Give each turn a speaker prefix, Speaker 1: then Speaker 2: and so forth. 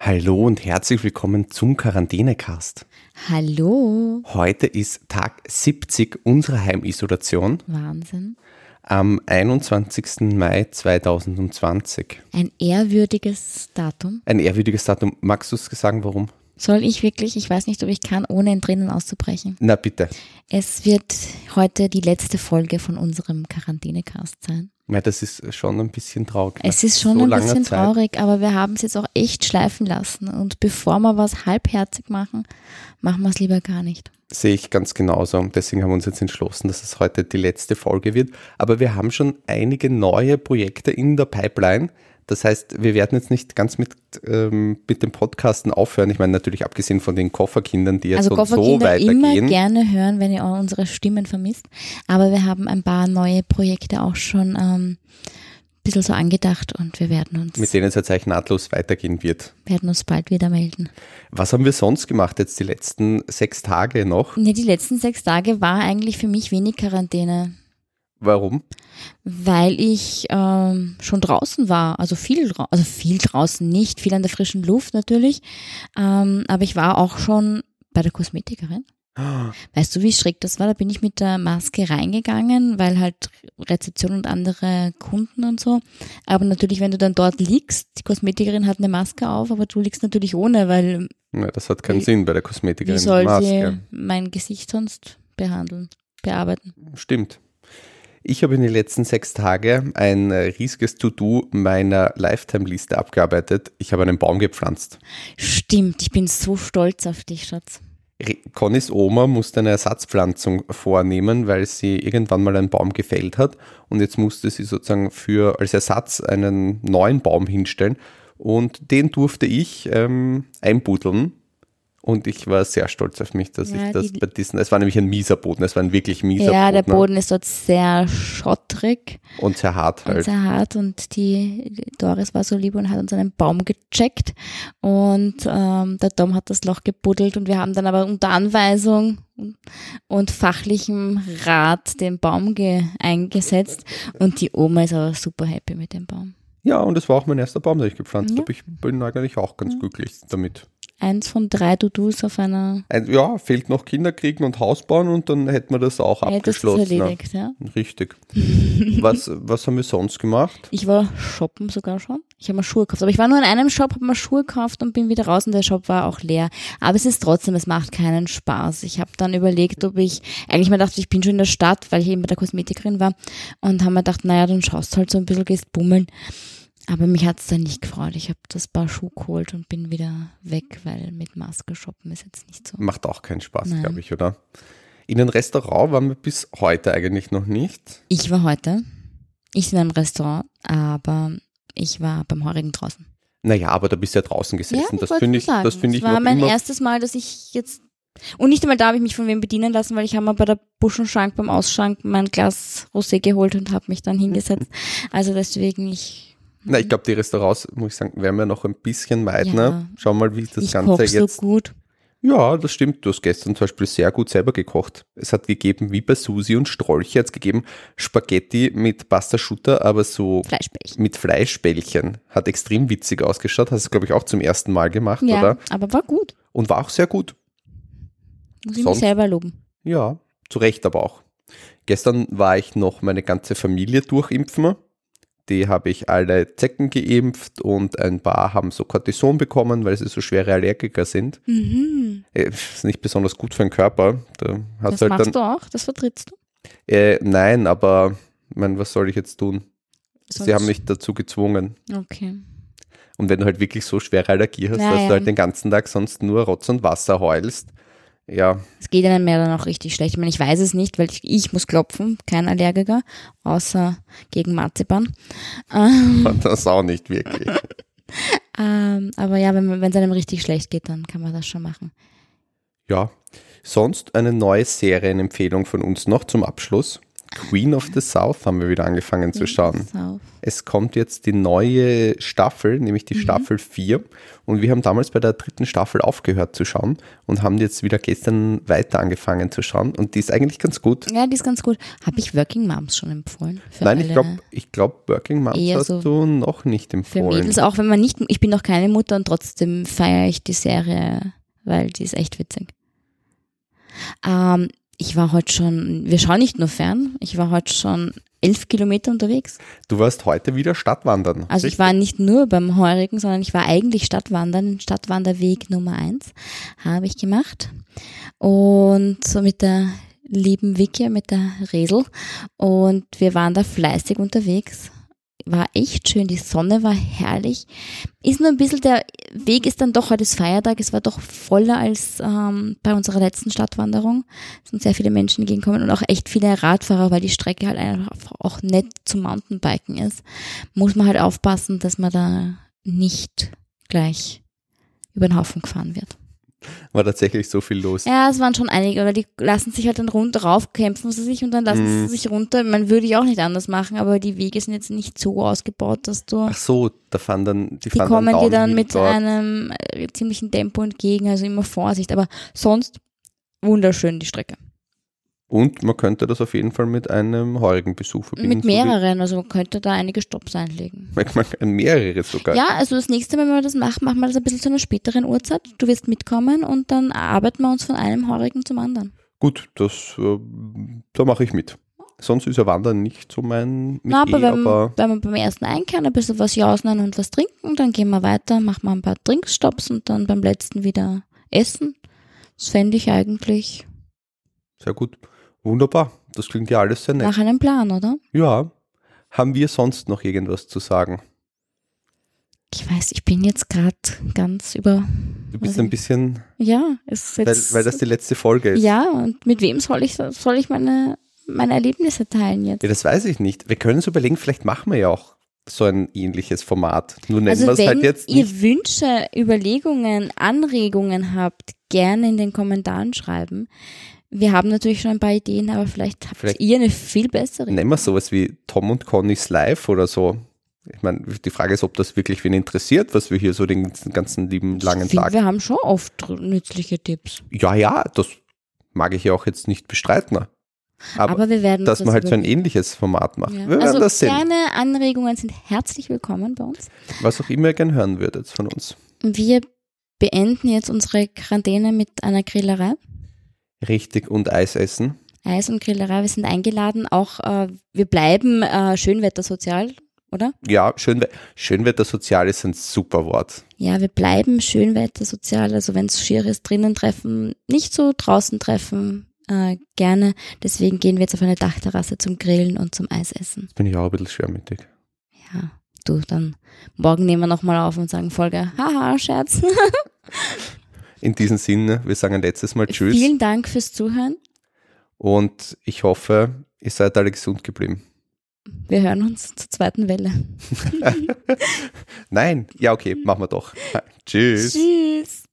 Speaker 1: Hallo und herzlich willkommen zum Quarantänecast.
Speaker 2: Hallo.
Speaker 1: Heute ist Tag 70 unserer Heimisolation
Speaker 2: Wahnsinn.
Speaker 1: am 21. Mai 2020.
Speaker 2: Ein ehrwürdiges Datum.
Speaker 1: Ein ehrwürdiges Datum. Magst du es sagen, warum?
Speaker 2: Soll ich wirklich, ich weiß nicht, ob ich kann, ohne in Tränen auszubrechen.
Speaker 1: Na bitte.
Speaker 2: Es wird heute die letzte Folge von unserem Quarantänecast sein.
Speaker 1: Weil das ist schon ein bisschen traurig.
Speaker 2: Es
Speaker 1: ne?
Speaker 2: ist schon
Speaker 1: So
Speaker 2: ein
Speaker 1: langer
Speaker 2: bisschen
Speaker 1: Zeit.
Speaker 2: traurig, aber wir haben es jetzt auch echt schleifen lassen. Und bevor wir was halbherzig machen, machen wir es lieber gar nicht.
Speaker 1: Sehe ich ganz genauso. Und deswegen haben wir uns jetzt entschlossen, dass es heute die letzte Folge wird. Aber wir haben schon einige neue Projekte in der Pipeline. Das heißt, wir werden jetzt nicht ganz mit, ähm, mit dem Podcasten aufhören. Ich meine, natürlich abgesehen von den Kofferkindern, die jetzt
Speaker 2: Also
Speaker 1: und so
Speaker 2: Kofferkinder immer
Speaker 1: weitergehen.
Speaker 2: gerne hören, wenn ihr auch unsere Stimmen vermisst. Aber wir haben ein paar neue Projekte auch schon ähm, ein bisschen so angedacht und wir werden uns
Speaker 1: mit denen es jetzt eigentlich nahtlos weitergehen wird.
Speaker 2: werden uns bald wieder melden.
Speaker 1: Was haben wir sonst gemacht jetzt die letzten sechs Tage noch?
Speaker 2: Ja, die letzten sechs Tage war eigentlich für mich wenig Quarantäne,
Speaker 1: Warum?
Speaker 2: weil ich ähm, schon draußen war. Also viel, drau- also viel draußen nicht, viel an der frischen Luft natürlich. Ähm, aber ich war auch schon bei der Kosmetikerin. Weißt du, wie schräg das war? Da bin ich mit der Maske reingegangen, weil halt Rezeption und andere Kunden und so. Aber natürlich, wenn du dann dort liegst, die Kosmetikerin hat eine Maske auf, aber du liegst natürlich ohne, weil
Speaker 1: Ja, das hat keinen
Speaker 2: Wie-
Speaker 1: Sinn bei der Kosmetikerin. mit
Speaker 2: Wie soll
Speaker 1: Maske.
Speaker 2: sie mein Gesicht sonst behandeln, bearbeiten?
Speaker 1: Stimmt. Ich habe in den letzten sechs Tagen ein äh, riesiges To-Do meiner Lifetime-Liste abgearbeitet. Ich habe einen Baum gepflanzt.
Speaker 2: Stimmt, ich bin so stolz auf dich, Schatz.
Speaker 1: Re- Connys Oma musste eine Ersatzpflanzung vornehmen, weil sie irgendwann mal einen Baum gefällt hat und jetzt musste sie sozusagen für als Ersatz einen neuen Baum hinstellen und den durfte ich ähm, einbudeln und ich war sehr stolz auf mich, dass
Speaker 2: Ja,
Speaker 1: ich das
Speaker 2: die-
Speaker 1: bei diesen, es war nämlich ein mieser Boden, es war ein wirklich mieser
Speaker 2: ja, der
Speaker 1: Boden, ne?
Speaker 2: Boden ist dort sehr schottrig
Speaker 1: und sehr hart
Speaker 2: und
Speaker 1: halt.
Speaker 2: sehr hart und die Doris war so lieb und hat uns einen Baum gecheckt und ähm, der Dom hat das Loch gebuddelt und wir haben dann aber unter Anweisung und fachlichem Rat den Baum ge eingesetzt und die Oma ist aber super happy mit dem Baum.
Speaker 1: Ja, und es war auch mein erster Baum, den ich gepflanzt
Speaker 2: Ja.
Speaker 1: habe. Ich bin eigentlich auch ganz glücklich damit.
Speaker 2: Eins von drei Dudus auf einer
Speaker 1: Ein, ja, fehlt noch Kinder kriegen und Haus bauen und dann hätten wir das auch
Speaker 2: hättest du
Speaker 1: abgeschlossen. ne?
Speaker 2: erledigt, ja.
Speaker 1: Richtig. was, was haben wir sonst gemacht?
Speaker 2: Ich war shoppen sogar schon. Ich habe mir Schuhe gekauft. Aber ich war nur in einem Shop, habe mir Schuhe gekauft und bin wieder raus und der Shop war auch leer. Aber es ist trotzdem, es macht keinen Spaß. Ich habe dann überlegt, ob ich, eigentlich mir dachte, ich bin schon in der Stadt, weil ich eben bei der Kosmetikerin war und haben mir gedacht, naja, dann schaust halt so ein bisschen, gehst bummeln. Aber mich hat's dann nicht gefreut. Ich habe das Paar Schuhe geholt und bin wieder weg, weil mit Maske shoppen ist jetzt nicht so.
Speaker 1: Macht auch keinen Spaß,
Speaker 2: Nein.
Speaker 1: glaube ich, oder? In ein Restaurant waren wir bis heute eigentlich noch nicht.
Speaker 2: Ich war heute, ich war im Restaurant, aber ich war beim Heurigen draußen.
Speaker 1: Naja, aber da bist du ja draußen
Speaker 2: Ja,
Speaker 1: gesessen.
Speaker 2: ich
Speaker 1: das
Speaker 2: wollte
Speaker 1: finde
Speaker 2: nur
Speaker 1: ich,
Speaker 2: sagen.
Speaker 1: das finde ich
Speaker 2: war
Speaker 1: noch
Speaker 2: mein
Speaker 1: immer.
Speaker 2: erstes Mal, dass ich jetzt und nicht einmal da habe ich mich von wem bedienen lassen, weil ich habe mir bei der Buschenschank beim Ausschank mein Glas Rosé geholt und habe mich dann hingesetzt. Also deswegen ich
Speaker 1: Na, ich glaube, die Restaurants, muss ich sagen, werden wir noch ein bisschen weit. Ne?
Speaker 2: Ja.
Speaker 1: Schauen wir mal, wie das
Speaker 2: ich
Speaker 1: Ganze
Speaker 2: koche so
Speaker 1: jetzt.
Speaker 2: gut.
Speaker 1: Ja, das stimmt. Du hast gestern zum Beispiel sehr gut selber gekocht. Es hat gegeben, wie bei Susi und Strolche hat es gegeben, Spaghetti mit Pasta Schutter, aber so
Speaker 2: Fleischbällchen.
Speaker 1: mit Fleischbällchen. Hat extrem witzig ausgeschaut. Hast du, glaube ich, auch zum ersten Mal gemacht,
Speaker 2: Ja,
Speaker 1: oder?
Speaker 2: aber war gut.
Speaker 1: Und war auch sehr gut.
Speaker 2: Muss ich mich
Speaker 1: Sonst-
Speaker 2: selber loben.
Speaker 1: Ja, zu Recht aber auch. Gestern war ich noch meine ganze Familie durchimpfen. Die habe ich alle Zecken geimpft und ein paar haben so Cortison bekommen, weil sie so schwere Allergiker sind.
Speaker 2: Mhm.
Speaker 1: Äh, Ist nicht besonders gut für den Körper. Da hast
Speaker 2: Das
Speaker 1: halt
Speaker 2: machst
Speaker 1: dann,
Speaker 2: du auch, das vertrittst du.
Speaker 1: Äh, nein, aber ich mein, was soll ich jetzt tun?
Speaker 2: Sonst-
Speaker 1: Sie haben mich dazu gezwungen.
Speaker 2: Okay.
Speaker 1: Und wenn du halt wirklich so schwere Allergie hast, dass
Speaker 2: Naja.
Speaker 1: du halt den ganzen Tag sonst nur Rotz und Wasser heulst, ja,
Speaker 2: Es geht einem ja dann auch richtig schlecht. Ich meine, ich weiß es nicht, weil ich, ich muss klopfen, kein Allergiker, außer gegen Marzipan.
Speaker 1: fand das auch nicht wirklich.
Speaker 2: Ähm, aber ja, wenn es einem richtig schlecht geht, dann kann man das schon machen.
Speaker 1: Ja, sonst eine neue Serienempfehlung von uns noch zum Abschluss. Queen of the South haben wir wieder angefangen zu Mhm. schauen.
Speaker 2: Auf.
Speaker 1: Es kommt jetzt die neue Staffel, nämlich die Staffel 4. Und wir haben damals bei der dritten Staffel aufgehört zu schauen und haben jetzt wieder gestern weiter angefangen zu schauen. Und die ist eigentlich ganz gut.
Speaker 2: Ja, die ist ganz gut. Habe ich Working Moms schon empfohlen? Für
Speaker 1: Nein, ich
Speaker 2: alle-
Speaker 1: glaube, ich glaub, Working Moms
Speaker 2: Eher
Speaker 1: hast
Speaker 2: so
Speaker 1: du noch nicht
Speaker 2: Für
Speaker 1: empfohlen.
Speaker 2: Mädels, auch wenn man nicht, ich bin noch keine Mutter und trotzdem feiere ich die Serie, weil die ist echt witzig. Ähm, ich war heute schon, wir schauen nicht nur fern, ich war heute schon elf Kilometer unterwegs.
Speaker 1: Du warst heute wieder Stadtwandern.
Speaker 2: Also ich war nicht nur beim Heurigen, sondern ich war eigentlich Stadtwandern, den Stadtwanderweg Nummer eins habe ich gemacht. Und so mit der lieben Vicky, mit der Resel. Und wir waren da fleißig unterwegs. War echt schön, die Sonne war herrlich. Ist nur ein bisschen, der Weg ist dann doch, heute ist Feiertag, es war doch voller als ähm, bei unserer letzten Stadtwanderung. Es sind sehr viele Menschen entgegengekommen und auch echt viele Radfahrer, weil die Strecke halt einfach auch nett zum Mountainbiken ist muss man halt aufpassen, dass man da nicht gleich über den Haufen gefahren wird.
Speaker 1: War tatsächlich so viel los.
Speaker 2: Ja, es waren schon einige, aber die lassen sich halt dann runter, raufkämpfen sie sich und dann lassen
Speaker 1: Mhm.
Speaker 2: sie sich runter. Man würde ich auch nicht anders machen, aber die Wege sind jetzt nicht so ausgebaut, dass du,
Speaker 1: Ach so, da fahren dann die,
Speaker 2: die
Speaker 1: fahren
Speaker 2: kommen
Speaker 1: dann
Speaker 2: dir dann
Speaker 1: Downhill
Speaker 2: mit
Speaker 1: dort.
Speaker 2: einem äh, ziemlichen Tempo entgegen, also immer Vorsicht. Aber sonst wunderschön die Strecke.
Speaker 1: Und man könnte das auf jeden Fall mit einem heurigen Besuch verbinden.
Speaker 2: Mit
Speaker 1: so wie-
Speaker 2: mehreren, also man könnte da einige Stopps einlegen.
Speaker 1: Man kann mehrere sogar.
Speaker 2: Ja, also das nächste Mal, wenn wir das machen, machen wir das ein bisschen zu einer späteren Uhrzeit. Du wirst mitkommen und dann arbeiten wir uns von einem Heurigen zum anderen.
Speaker 1: Gut, das, äh, da mache ich mit. Sonst ist ja Wandern nicht so mein mit
Speaker 2: Na, aber,
Speaker 1: eh,
Speaker 2: wenn,
Speaker 1: aber
Speaker 2: wenn wir beim ersten einkehren, ein bisschen was jausnen und was trinken, dann gehen wir weiter, machen wir ein paar Trinkstops und dann beim letzten wieder essen. Das fände ich eigentlich
Speaker 1: sehr gut. Wunderbar. Das klingt ja alles sehr nett.
Speaker 2: nach einem Plan, oder?
Speaker 1: Ja. Haben wir sonst noch irgendwas zu sagen?
Speaker 2: Ich weiß, ich bin jetzt gerade ganz über.
Speaker 1: Du bist
Speaker 2: Also-
Speaker 1: ein bisschen,
Speaker 2: Ja, ist
Speaker 1: weil,
Speaker 2: jetzt.
Speaker 1: weil das die letzte Folge ist.
Speaker 2: ja, und mit wem soll ich, soll ich meine, meine Erlebnisse teilen jetzt?
Speaker 1: Ja, das weiß ich nicht. Wir können uns überlegen, vielleicht machen wir ja auch so ein ähnliches Format. Nur nennen wir
Speaker 2: Also
Speaker 1: es
Speaker 2: wenn
Speaker 1: halt jetzt
Speaker 2: ihr
Speaker 1: nicht.
Speaker 2: Wünsche, Überlegungen, Anregungen habt, gerne in den Kommentaren schreiben. Wir haben natürlich schon ein paar Ideen, aber vielleicht habt
Speaker 1: Vielleicht-
Speaker 2: ihr eine viel bessere.
Speaker 1: Nennen wir sowas wie Tom und Connys Live oder so. Ich meine, die Frage ist, ob das wirklich wen interessiert, was wir hier so den ganzen lieben langen
Speaker 2: Ich find,
Speaker 1: Tag
Speaker 2: Wir haben schon oft dr- nützliche Tipps.
Speaker 1: Ja, ja, das mag ich ja auch jetzt nicht bestreiten. Aber,
Speaker 2: Aber, wir werden
Speaker 1: dass
Speaker 2: uns
Speaker 1: man halt so ein
Speaker 2: überlegen.
Speaker 1: ähnliches Format macht. Wir
Speaker 2: ja.
Speaker 1: werden
Speaker 2: Also
Speaker 1: das sehen.
Speaker 2: gerne Anregungen sind herzlich willkommen bei uns.
Speaker 1: Was auch immer ihr gern hören würdet von uns.
Speaker 2: Wir beenden jetzt unsere Quarantäne mit einer Grillerei.
Speaker 1: Richtig und Eis essen.
Speaker 2: Eis und Grillerei, wir sind eingeladen. Auch äh, wir bleiben äh, schönwettersozial, oder?
Speaker 1: Ja, Schönwe Schönwetter sozial ist ein super Wort.
Speaker 2: Ja, wir bleiben schönwettersozial, also wenn es schier ist, drinnen treffen, nicht so draußen treffen, äh, gerne. Deswegen gehen wir jetzt auf eine Dachterrasse zum Grillen und zum Eisessen.
Speaker 1: Jetzt bin ich auch ein bisschen schwermütig.
Speaker 2: Ja, du, dann morgen nehmen wir nochmal auf und sagen Folge, haha, Scherz.
Speaker 1: In diesem Sinne, wir sagen ein letztes Mal Tschüss
Speaker 2: Vielen Dank fürs Zuhören.
Speaker 1: und ich hoffe, ihr seid alle gesund geblieben.
Speaker 2: Wir hören uns zur zweiten Welle.
Speaker 1: Nein, ja, okay, machen wir doch. Tschüss.
Speaker 2: Tschüss.